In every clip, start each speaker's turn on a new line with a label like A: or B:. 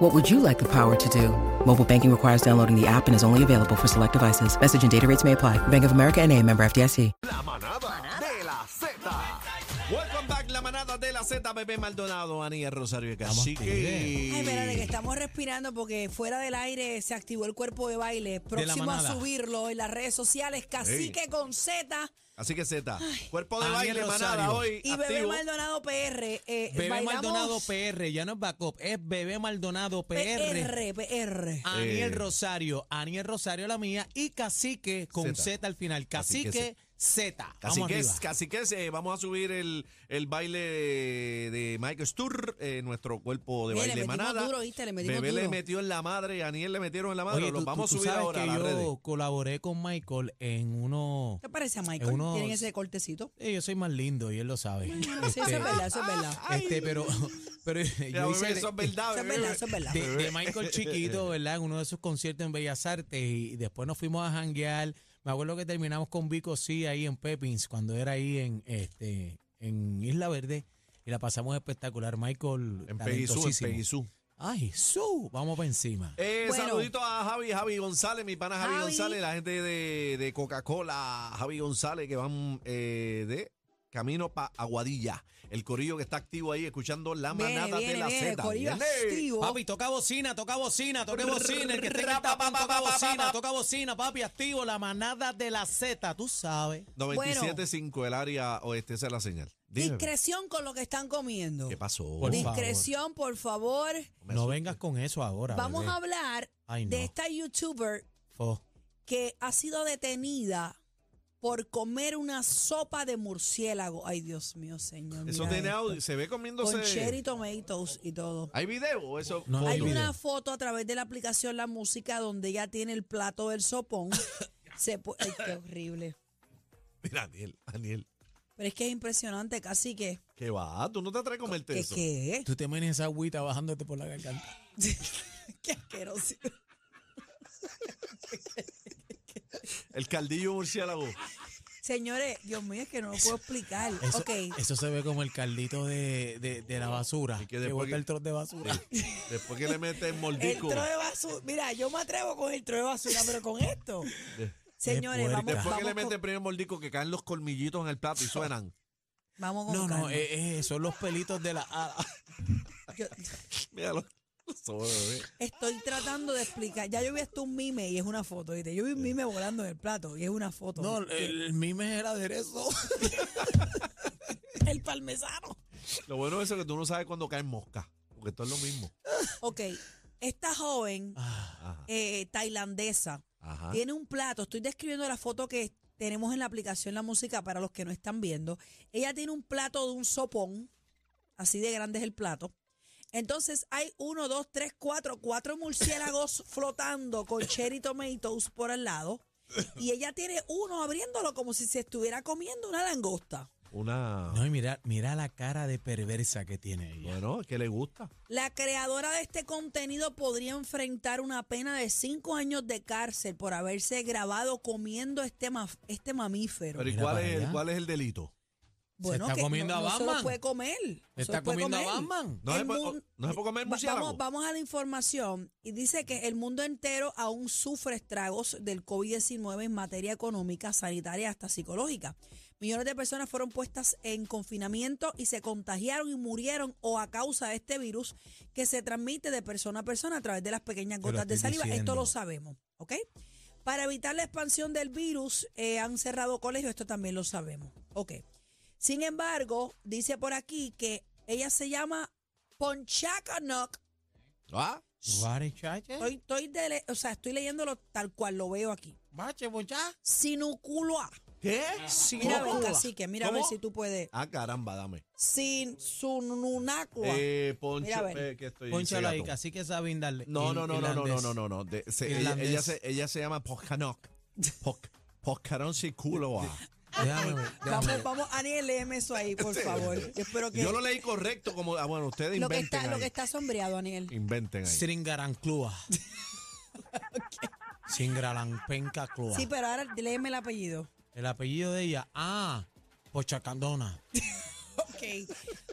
A: What would you like the power to do? Mobile banking requires downloading the app and is only available for select devices. Message and data rates may apply. Bank of America and a member FDIC.
B: La manada, de la Z. Welcome back, la manada de la Z, Bebé Maldonado, Aniel Rosario. y Así que.
C: Ay, espérate, que estamos respirando porque fuera del aire se activó el cuerpo de baile. Próximo a
D: manada.
C: subirlo en las redes sociales, Cacique con Z
B: Así que Z. Cuerpo de
D: Aniel
B: baile, manada
D: Rosario.
B: hoy.
C: y Bebé
B: activo.
C: Maldonado PR. eh,
D: Bebé
C: bailamos
D: Maldonado PR, ya no es backup, es Bebé Maldonado PR.
C: PR, PR.
B: Eh.
D: Aniel Rosario, Aniel Rosario la mía y Cacique con
B: Zeta.
D: Z, al final.
B: Cacique
D: Cacique Z.
B: Así
D: Vamos
B: que,
D: arriba.
B: es, así que es, eh, vamos a subir el, el baile de Mike Stur, eh, nuestro cuerpo de
C: Mira,
B: baile
C: le metimos
B: manada.
C: duro, ¿viste? Le metimos
B: Bebé le
C: duro.
B: metió en la madre y Aniel le metieron en la madre.
D: Oye,
B: Los
D: tú-
B: vamos
D: tú
B: a subir
D: sabes
B: ahora a
D: que
B: las
D: yo
B: redes.
D: colaboré con Michael en uno.
C: ¿Qué parece a Michael?
D: Uno-
C: Tienen ese cortecito.
D: Eh, yo soy más lindo y él lo sabe.
C: Sí, eso es verdad, eso es verdad.
D: este, pero, pero
B: Ya,
D: yo
B: bebé,
D: hice
B: eso es
D: de-
B: verdad,
C: Eso es
B: bebé.
C: verdad, eso es verdad.
D: de, de Michael Chiquito, ¿verdad? En uno de sus conciertos en Bellas Artes y después nos fuimos a janguear. Me acuerdo que terminamos con Vico sí ahí en Pepins cuando era ahí en este en Isla Verde y la pasamos espectacular. Michael
B: En Peguizú, en
D: talentosísimo.
B: Peguizú.
D: Ay, su, vamos para encima.
B: Eh,
C: Bueno.
B: Saludito a Javi, Javi González, mi pana Javi,
C: Javi.
B: González, la gente de, de Coca-Cola, Javi González, que van eh, de camino para Aguadilla. El corillo que está activo ahí, escuchando la
C: Viene,
B: manada de
C: viene,
B: la
C: viene,
B: Z.
C: corillo
B: Viene.
C: activo.
D: Papi, toca bocina, toca bocina, toca bocina. El que esté en el tapón, toca bocina, toca bocina, papi, activo, la manada de la Z, tú sabes.
B: 97.5 el área oeste, esa es la señal. Dime,
C: Discreción con lo que están comiendo.
B: ¿Qué pasó?
D: Por favor.
C: Discreción, por favor.
B: me
D: No
B: asustes.
D: vengas con eso ahora.
C: Vamos
D: bebé.
C: a hablar
D: eh. Ay, no.
C: de esta youtuber
D: Fo.
C: que ha sido detenida por comer una sopa de murciélago. Ay, Dios mío, señor.
B: Eso
C: mira
B: tiene
C: esto.
B: audio, se ve comiéndose.
C: Con cherry tomatoes y todo.
B: ¿Hay video o eso?
D: No, no
B: foto?
C: Hay
D: video.
C: una foto a través de la aplicación La Música donde ella tiene el plato del sopón. Se pu- Ay, qué horrible.
B: Mira, Daniel, Daniel,
C: Pero es que es impresionante, casi que.
B: ¿qué va? ¿Tú no te atreves a comerte
C: ¿Qué
B: eso?
C: qué?
D: Tú te menes esa agüita bajándote por la garganta.
C: Qué asqueroso.
B: El caldillo murciélago.
C: Señores, Dios mío, es que no lo puedo explicar.
D: Eso,
C: ok.
D: eso se ve como el caldito de, de- de la basura.
B: Y que
D: que
B: después
D: vuelve
B: que-
D: el trozo de basura.
B: Después que le metes
C: El
B: mordico.
C: tro de basura. Mira, yo me atrevo con el tro de basura, pero con esto.
B: De-
C: Señores,
D: Qué
C: vamos,
D: puerca.
B: Después que le
C: vamos
B: mete
C: con-
B: el primer mordico que caen los colmillitos en el plato y suenan.
C: Vamos con
D: No, no,
C: Oh, calma.
D: eh, eh, son los pelitos de la ala.
C: Yo
B: Míralo. Eso, bebé.
C: estoy tratando de explicar. Ya yo vi hasta un mime y es una foto, ¿viste? Yo vi un mime volando en el plato y es una foto.
D: No, el,
C: ¿viste?
D: el mime era aderezo.
C: el parmesano.
B: Lo bueno de eso es que tú no sabes cuándo caen moscas. Porque todo es lo mismo.
C: Ok, esta joven
B: Ah, Ajá.
C: eh, tailandesa
B: Ajá.
C: tiene un plato. Estoy describiendo la foto que tenemos en la aplicación La Música para los que no están viendo. Ella tiene un plato de un sopón, así de grande es el plato. Entonces hay uno, dos, tres, cuatro, cuatro murciélagos flotando con cherry tomatoes por el lado. Y ella tiene uno abriéndolo como si se estuviera comiendo una langosta.
B: Una.
D: No, y mira, mira la cara de perversa que tiene ella.
B: Bueno, es que le gusta.
C: La creadora de este contenido podría enfrentar una pena de cinco años de cárcel por haberse grabado comiendo este, ma- este mamífero.
B: Pero ¿y
D: Mira
B: cuál
D: para
B: es, el,
D: allá.
B: cuál es el delito?
C: bueno,
D: está
C: que
D: comiendo
C: no,
D: a
C: no se lo
D: Batman.
C: puede comer. no
D: ¿Te
C: se
D: está
C: lo puede
D: comiendo a
C: comer.
D: Batman?
B: No se
C: El
B: puede-
C: mun-
B: no se puede comer
C: Va-
B: murciélago.
C: Vamos, vamos a la información y dice que el mundo entero aún sufre estragos del COVID-19 en materia económica, sanitaria, hasta psicológica. Millones de personas fueron puestas en confinamiento y se contagiaron y murieron o a causa de este virus que se transmite de persona a persona a través de las pequeñas
D: Te lo
C: gotas de
D: estoy
C: saliva. Esto
D: diciendo.
C: lo sabemos, ¿ok? Para evitar la expansión del virus eh, han cerrado colegios, esto también lo sabemos, ¿ok? Sin embargo, dice por aquí que ella se llama Ponchakanok
B: ¿Ah?
D: Guare, chache.
C: Estoy, estoy dele- o sea, estoy leyéndolo tal cual lo veo aquí.
D: Bache, bochá.
C: Sinuculua.
B: ¿Qué?
C: Mira a ver,
B: ¿Cómo?
C: cacique, mira a ver
B: ¿Cómo?
C: si tú puedes.
B: Ah, caramba, dame.
C: Sin sununacua.
B: Eh, poncho,
C: Mira, a ver.
B: eh, que estoy
D: Pónchala ahí,
B: cegato.
D: así que saben darle.
B: No, no, no, no, no, no, no, no, no. De- se- ella,
D: Irlandés.
B: ella se, ella se llama Poscanok. Poc, Poscarón Siculoa.
D: Déjame ver, déjame
C: Vamos,
D: ver.
C: vamos, Aniel, léeme eso ahí, por favor. Yo espero que.
B: Yo lo leí correcto, como. ah, bueno, ustedes
C: lo que
B: inventen.
C: está,
B: ahí.
C: lo que está sombreado, Aniel.
B: Inventen ahí.
D: Sringaranclúa. Singralampenca Cloa.
C: Sí, pero ahora léeme el apellido.
D: El apellido de ella, ah, Pochacandona.
C: Ok.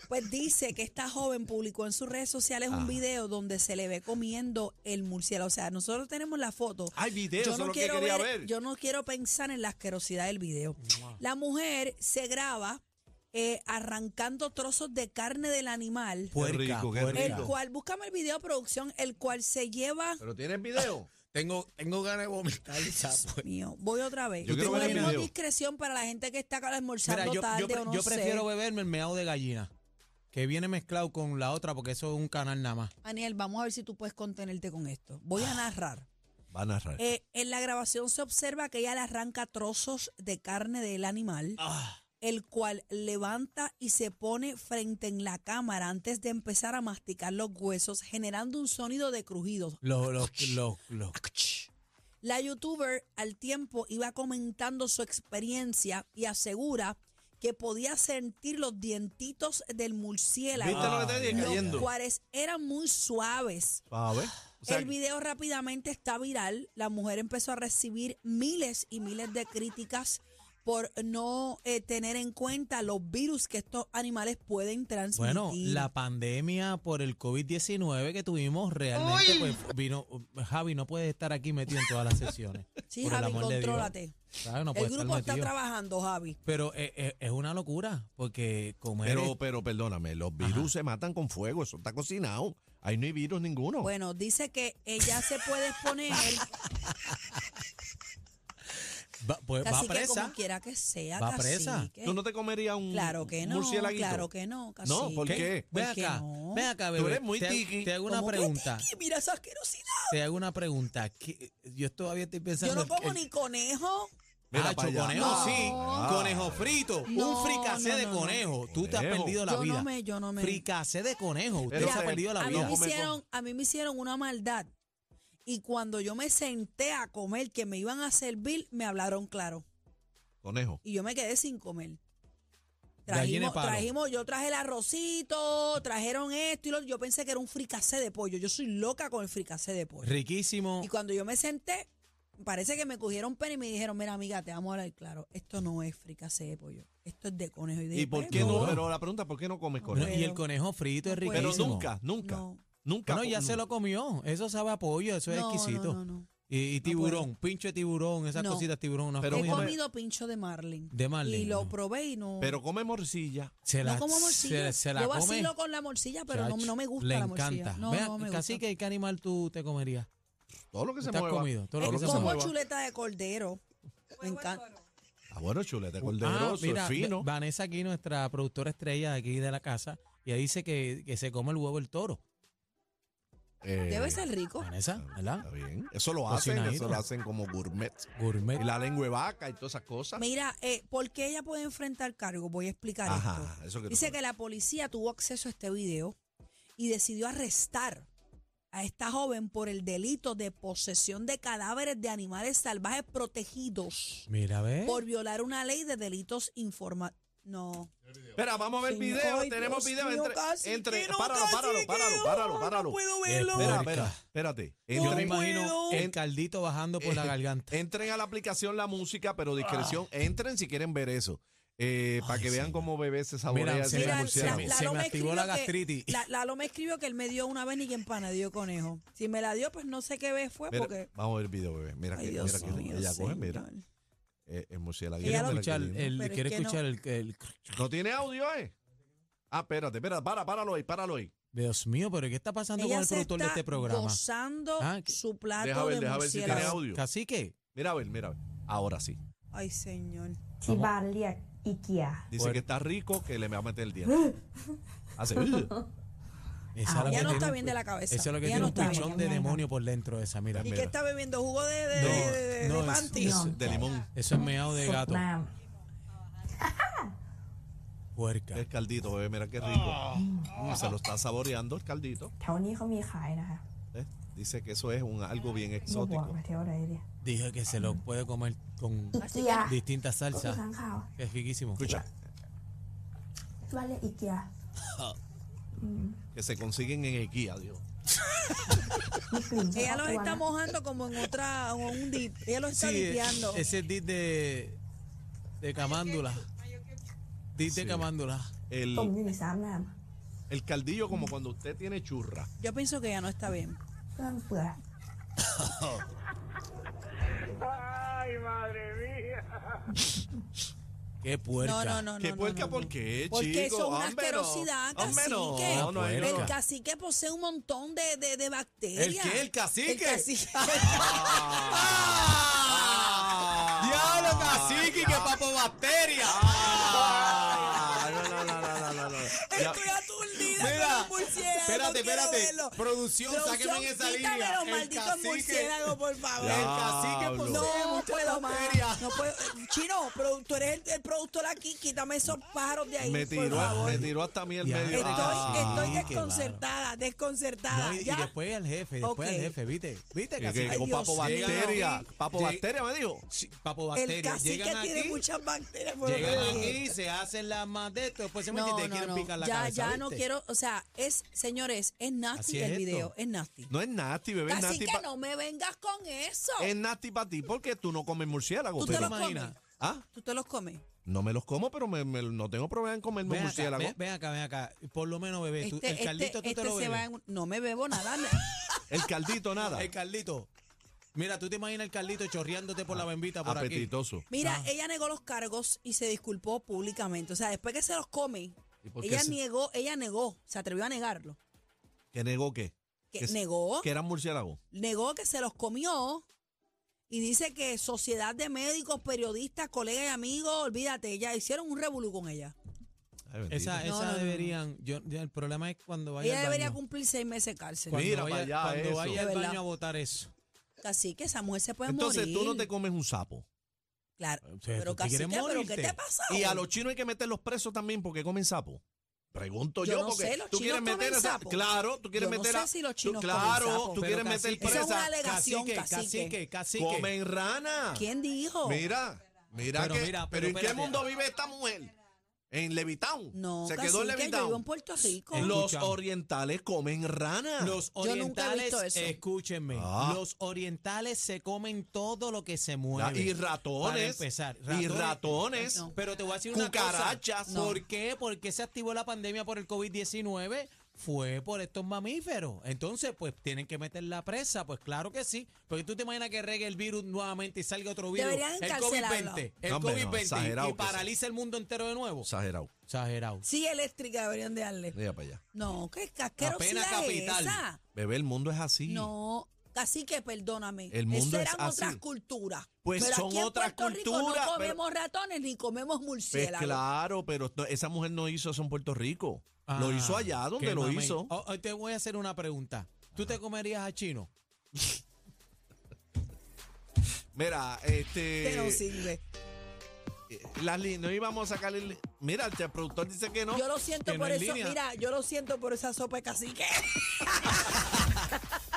C: Pues dice que esta joven publicó en sus redes sociales un video donde se le ve comiendo el murciélago. O sea, nosotros tenemos la foto.
B: Hay video, eso es lo que quería ver.
C: Yo no quiero pensar en la asquerosidad del video. La mujer se graba eh, arrancando trozos de carne del animal,
D: Puerca,
B: rico, qué
D: puerca.
C: el
B: rico.
C: cual, búscame el video producción, el cual se lleva.
B: Pero tienes video.
D: Tengo, tengo ganas de vomitar. sapo.
C: Mío, voy otra vez.
B: Yo quiero ver el
C: Tenemos
B: video.
C: discreción para la gente que está almorzando
D: Mira, yo,
C: tarde
D: yo pre-
C: o no
D: yo
C: sé.
D: prefiero beberme el meado de gallina, que viene mezclado con la otra, porque eso es un canal nada más.
C: Aniel, vamos a ver si tú puedes contenerte con esto. Voy
B: Ah.
C: a narrar.
B: Va a narrar.
C: Eh, en la grabación se observa que ella le arranca trozos de carne del animal,
B: Ah.
C: el cual levanta y se pone frente en la cámara antes de empezar a masticar los huesos, generando un sonido de crujidos.
D: Los, los, los, los.
C: Ah, La youtuber al tiempo iba comentando su experiencia y asegura que podía sentir los dientitos del murciélago,
B: ¿Viste lo que te dije?
D: Ay,
C: los
B: Cayendo.
C: cuales eran muy suaves.
B: Va a ver. O sea,
C: el video rápidamente está viral. La mujer empezó a recibir miles y miles de críticas por no eh, tener en cuenta los virus que estos animales pueden transmitir.
D: Bueno, la pandemia por el COVID-19 que tuvimos realmente pues, vino. Javi no puede estar aquí metido en todas las sesiones.
C: sí,
D: por el
C: Javi,
D: amor de Dios.
C: contrólate.
D: ¿Sabes? No puede
C: el
D: estar
C: grupo está
D: metido.
C: trabajando, Javi.
D: Pero eh, eh, es una locura, porque como
B: pero,
D: eres-
B: pero perdóname, los virus se matan con fuego, eso está cocinado. Ahí no hay virus ninguno.
C: Bueno, dice que ella se puede exponer,
D: Pues va, pues, va
C: casi que
D: presa.
C: como quiera que sea,
D: Va presa.
C: cacique.
B: ¿Tú no te comerías un
C: Claro que no,
B: murciélaguito?
C: claro que no,
B: No, ¿por
C: cacique.
B: qué?
D: Ven
C: ¿Por qué
D: acá,
C: no?
D: ven acá, bebé.
B: Tú eres muy
D: te, ha-
B: tiki.
D: te hago una
C: ¿Cómo que
D: pregunta.
C: tiki? Mira esa asquerosidad.
D: Te hago una pregunta. ¿Qué- Yo todavía estoy pensando.
C: Yo no
D: en-
C: como
D: en-
C: ni conejo.
B: Mira
D: Ah,
B: pa' allá.
D: conejo
B: No.
D: sí.
B: Ah.
D: Conejo frito.
C: No,
D: un fricacé
C: no,
D: de
C: no, no.
D: conejo. Tú te has
B: Conejo.
D: perdido la
C: Yo no
D: vida.
C: me- yo no me-
D: Fricacé de conejo. Usted
B: Pero
D: se ha
B: se-
D: perdido la
C: a mí
D: vida.
C: me
B: Come con-
C: hicieron a mí me hicieron una maldad y cuando yo me senté a comer que me iban a servir me hablaron claro
B: Conejo.
C: y yo me quedé sin comer
D: Gallina de
C: trajimos,
D: palo.
C: trajimos yo traje el arrocito trajeron esto y lo, yo pensé que era un fricasé de pollo yo soy loca con el fricasé de pollo
D: Riquísimo.
C: y cuando yo me senté parece que me cogieron pena y me dijeron mira amiga te vamos a hablar claro esto no es fricasé de pollo esto es de conejo y, de
B: ¿Y por qué no?
D: no.
B: Pero la pregunta, ¿por qué no comes
D: No,
B: conejo?
D: y el conejo frito es
C: No puedo.
D: riquísimo.
B: Pero nunca, nunca,
C: No.
B: nunca.
D: pues, Bueno, ya se lo comió. Eso sabe a pollo. Eso es
C: No, no,
D: exquisito.
C: no, no.
D: Y, y tiburón. pinche tiburón. Esas
C: No.
D: cositas tiburón. unas
B: Pero
C: he
D: comidas.
B: come-
C: comido pincho de marlin
D: De marlin,
C: y lo
D: no.
C: probé y no
B: Pero come morcilla.
D: se la,
C: no como morcilla.
D: se, se la
C: Yo
D: come.
C: vacilo con la morcilla, pero no,
D: Chacho,
C: no me gusta
D: le
C: la
D: encanta.
C: morcilla. No,
D: Vea,
C: no me gusta.
D: Cacique, ¿qué animal tú te comerías?
B: Todo lo que se
D: ¿Te has
B: mueva.
D: comido? Todo lo
C: Eh,
D: que se
C: como
D: mueva.
C: chuleta de cordero. Me encanta.
B: Ah, bueno, chuleta de
D: Ah,
B: cordero, eso
D: mira,
B: es fino.
D: Va- Vanessa aquí, nuestra productora estrella de aquí de la casa, y ella dice que, que se come el huevo el toro.
B: Eh,
C: Debe ser rico.
D: Vanessa,
B: Está
D: ¿verdad?
B: bien. Eso lo hacen,
D: Cocinadito.
B: eso lo hacen como gourmet.
D: Gourmet.
B: Y la lengua de vaca y todas esas cosas.
C: Mira, eh, ¿por qué ella puede enfrentar cargo? Voy a explicar
B: Ajá,
C: esto.
B: eso que tú
C: Dice
B: sabes.
C: que la policía tuvo acceso a este video y decidió arrestar a esta joven por el delito de posesión de cadáveres de animales salvajes protegidos
D: Mira, ve.
C: por violar una ley de delitos informa... No.
B: Espera, vamos a ver
C: Señor,
B: video.
C: ay,
B: Tenemos
C: Dios
B: video.
C: mío,
B: entre,
C: cacique,
B: entre,
C: no,
B: páralo, páralo,
C: cacique,
B: páralo,
C: no,
B: páralo,
C: no
B: páralo.
C: puedo
D: Es
C: verlo.
B: Espera,
D: Puerca.
B: espera, espérate.
D: Yo
B: Entren-
D: me imagino
C: puedo.
D: el caldito bajando por la garganta.
B: Entren a la aplicación La Música, pero discreción.
C: Ah.
B: Entren si quieren ver eso. eh, para que vean cómo bebé se saborea
D: Mira,
B: ese
D: mira,
C: Mira,
D: se
B: murciélago.
D: me- se me
C: Lalo escribió
D: activó la
C: que-
D: gastritis.
C: la- Lalo me escribió que él me dio una vez ni que empana dio conejo. Si me la dio, pues no sé qué vez fue
B: Mira,
C: porque.
B: Vamos a ver el video, bebé. Mira
C: Ay,
B: que,
C: Dios
B: mira que
C: mío,
B: ella coge,
C: señor.
B: mira. eh, el murciélago.
C: Ella
D: Quiere
C: lo-
B: Mira qué
D: escuchar
B: lindo.
D: el.
C: Pero
D: Quiere
C: es que no.
D: escuchar el, el-
B: No tiene audio, ¿eh? Ah, espérate, espérate, para, páralo ahí, páralo ahí.
D: Dios mío, pero ¿qué está pasando
C: Ella
D: con el
C: se
D: productor de
C: está
D: este programa?
C: gozando
D: Ah, que-
C: su plato
B: Deja ver,
C: de
B: deja ver si tiene
C: murciélago.
B: audio.
D: Cacique.
B: Mira a ver, mira a ver. Ahora sí.
C: Ay, señor.
E: Ci parli a Ikea.
B: Dice
D: Bueno.
B: que está rico, que le va a meter el diente. Hace. "Ugh".
D: Esa es la
C: Ya
D: que
C: Ah, no
D: tiene
C: está
D: un-
C: bien de la cabeza.
D: Eso es lo
C: Ya
D: que tiene
C: no
D: un
C: está bien.
D: pichón de demonio por dentro, esa, mira.
C: ¿Y
B: Mira.
C: qué está bebiendo? ¿Jugo de, de,
D: No,
C: de, de- de
D: no,
C: panty?
D: es- es-
B: de limón.
D: Eso es meado de
C: Pues
D: gato.
E: Sotnam.
D: Puerca.
B: El
C: Oh.
B: caldito, bebé, mira qué rico. Mm, Se lo está saboreando el caldito.
E: แถวนี้เขามีขายนะคะ
B: ¿eh? Dice que eso es un, algo bien
E: ลูกบอก
B: exótico.
E: มาเที่ยวอะไรเนี่ย
D: Dije que se lo puede comer con
E: อีเกีย
D: distintas
E: ก็คือข้า
D: salsas.
E: งข่าว
D: Es riquísimo.
B: Escucha,
E: บ้านเรียกอีเกีย
B: que se consiguen en IKEA, Dios.
E: มีกลิ่นเฉพาะ
C: Ella
E: ตั
C: los
E: ว
C: está
E: นะ
C: mojando como en otra, en un dip. Ella los está
D: Sí, eh,
C: limpiando.
D: ese dip de, de camándula. Dip de
B: Sí.
D: camándula.
E: ต้ม
B: El,
E: อยู่ในสามน้
B: el caldillo como cuando usted tiene churra.
C: Yo pienso que ya no está bien.
E: ำเครื่องเปื่อย
F: Ay, madre mía.
D: Qué puerca.
C: No, no, no.
B: ¿Qué
C: no, no,
B: puerca
C: no, no.
B: por qué,
C: Porque
B: chico?
C: eso es una
B: Hombre, no.
C: asquerosidad,
B: Hombre, no.
C: cacique.
B: No, no,
D: El
B: no.
C: El cacique posee un montón de, de, de bacterias.
B: ¿El qué? ¿El cacique?
C: El cacique.
D: ¡Diablo, cacique! ¡Qué papo bacteria!
B: Ah, no, no, no, no, no, no, no. Ya.
C: Estoy aturdida
D: Mira,
C: con los murciélagos.
D: espérate,
C: no quiero
D: espérate.
C: verlo.
D: Producción, sáquenme en esa
C: quítame
D: línea.
C: los
D: El
C: malditos
D: cacique.
C: murciélagos, por favor.
B: Ya.
D: El cacique
B: Diablo.
D: posee
C: No
D: mucha
C: puedo más.
D: bacteria.
C: No puedo. Chino, produ- tú eres el, el productor aquí. Quítame esos pájaros de ahí.
B: Me
C: por
B: tiró,
C: favor.
B: me tiró hasta a mí el
D: Ya.
B: medio.
C: Estoy,
B: Ah.
C: estoy
D: qué bárbaro.
C: desconcertada, desconcertada.
D: No, y, y
C: ya.
D: después al jefe, después
C: Ok.
D: al jefe, ¿viste? ¿Viste,
B: Que- que
D: cacique?
C: Ay,
B: con
C: Dios
B: papo
C: mío.
B: bacteria.
D: Llegan-
B: Papo
D: lleg-
B: bacteria me dijo.
D: Sí, papo
C: el
D: bacteria.
C: cacique
D: Llegan
C: tiene
D: aquí,
C: muchas bacterias. por lo
D: llegan
C: que-
D: aquí, se hacen las más de esto, después se meten y
C: No,
D: te
C: no,
D: quieren
C: no.
D: picar la
C: ya,
D: cabeza.
C: ya no
D: ¿viste?
C: quiero, o sea, es, señores, es
D: Así
C: nasty
D: es
C: el
D: esto.
C: video, es nasty.
B: No es nasty, bebé. Es
C: Así
B: nasty,
C: que
B: pa-
C: no me vengas con eso.
B: es nasty para ti porque tú no comes murciélago.
C: Tú te
B: pero-
C: los
D: lo- imagina.
C: comes.
B: Ah,
C: Tú te los comes.
B: no me los como, pero me- me- no tengo problema en comerme
D: Ven
B: un
D: acá,
B: murciélago.
D: ven, ven acá, ven acá. Por lo menos, bebé, tú-
C: Este,
D: el caldito
C: este,
D: tú
C: este
D: te lo
C: se
D: bebes.
C: va en un- No me bebo nada. no.
B: El caldito, nada.
D: El Carlito. Mira, tú te imaginas el Carlito chorreándote por la bembita por
B: Ah, Apetitoso.
C: Mira,
D: Ah.
C: ella negó los cargos y se disculpó públicamente. O sea, después que se los come,
B: ¿Y por qué
C: ella
B: se-
C: negó, ella negó, se atrevió a negarlo.
B: ¿Que negó qué?
C: Que
B: Que se-
C: negó,
B: Que eran murciélagos.
C: negó que se los comió y dice que sociedad de médicos, periodistas, colegas y amigos, olvídate, ya hicieron un revolú con ella.
B: Ay,
D: aquí.
B: bendito.
D: Esa,
C: No,
D: esa
C: no, no, no.
D: deberían. Yo, ya, el problema es cuando vaya.
C: ella
D: al
C: debería
D: baño.
C: cumplir seis meses de cárcel.
D: Cuando
B: Mira
D: vaya,
B: para allá
D: cuando
B: eso.
D: vaya
C: De
D: al
C: verdad.
D: baño a votar eso.
C: Así que esa mujer se puede
B: Entonces
C: morir.
B: tú no te Eh, comes un sapo.
C: Claro,
D: O sea,
C: pero
D: tú te
C: casi
D: quieres
C: pero ¿qué
D: morirte.
C: te pasa?
B: Y a los chinos hay que meterlos presos también porque comen sapo. Pregunto
C: Yo
B: yo,
C: no
B: porque
C: sé, los
B: tú
C: chinos
B: quieres
C: comen
B: meter a esa-
C: sapo.
B: Claro, tú quieres
C: Yo no
B: meter
C: sé
B: a-
C: si los
B: tú-
C: chinos comen
B: claro,
C: sapo.
B: tú
D: Pero
B: quieres meter
D: cacique,
C: Esa
B: presa.
C: es una alegación,
D: Cacique,
C: cacique.
D: cacique, cacique.
B: Comen rana.
C: ¿Quién dijo?
B: Mira, mira
D: Pero
B: que- pero
D: mira, pero
B: ¿en qué
D: espérate.
B: mundo vive esta mujer? En Levitown.
C: No,
B: Se quedó en
C: cacique, yo vivo en
B: Levitown.
C: Puerto Rico.
D: Lo-
B: Los
D: Escucha.
B: orientales comen rana.
D: Los
C: Yo nunca he
D: orientales,
C: visto eso.
D: escúchenme,
B: Ah.
D: los orientales se comen todo lo que se
B: Ah,
D: mueve.
B: y
D: Para
B: ratones.
D: empezar,
B: Y ratones.
C: No.
D: Pero te voy a decir una
B: Cucarachas.
D: cosa. ¿Por qué? ¿Por qué se activó la pandemia por el COVID-19? Fue por estos mamíferos. Entonces, pues tienen que meter la presa. Pues claro que sí. Porque tú te imaginas que regue el virus nuevamente y salga otro virus.
C: Deberían
D: el
C: encarcelarlo.
D: COVID-20. El
B: No, hombre, no,
D: COVID-20.
B: exagerado
D: y
B: que sea.
D: paraliza el mundo entero de nuevo.
B: Exagerado.
D: Exagerado.
C: Sí, eléctrica deberían de darle.
B: Mira para allá.
C: No, qué
D: La
C: casquerosidad
D: pena
C: es
D: capital.
C: esa.
B: Bebé, el mundo es así.
C: Ah. No, así que perdóname.
B: Mm. El mundo
C: Esas
B: es
C: eran otras
B: así.
C: culturas.
B: Pues
C: pero
B: son
C: aquí en
B: otras
C: Puerto Rico
B: culturas,
C: no
B: pero-
C: comemos ratones ni comemos
B: Pues
C: murciélagos.
B: claro, pero no- esa mujer no hizo eso en Puerto Rico. lo
D: Ah,
B: hizo allá donde
D: qué
B: lo
D: mamey.
B: hizo.
D: Oh, oh, te voy a hacer una pregunta. ¿Tú te comerías a chino?
B: Mira,
C: Que no
B: este.
C: sirve.
B: eh, Lali, no íbamos a sacarle. el- Mira, el productor dice que no.
C: Yo lo siento
D: que no
C: por
D: hay
C: eso,
D: línea.
C: mira, yo lo siento por esa sopa de cacique.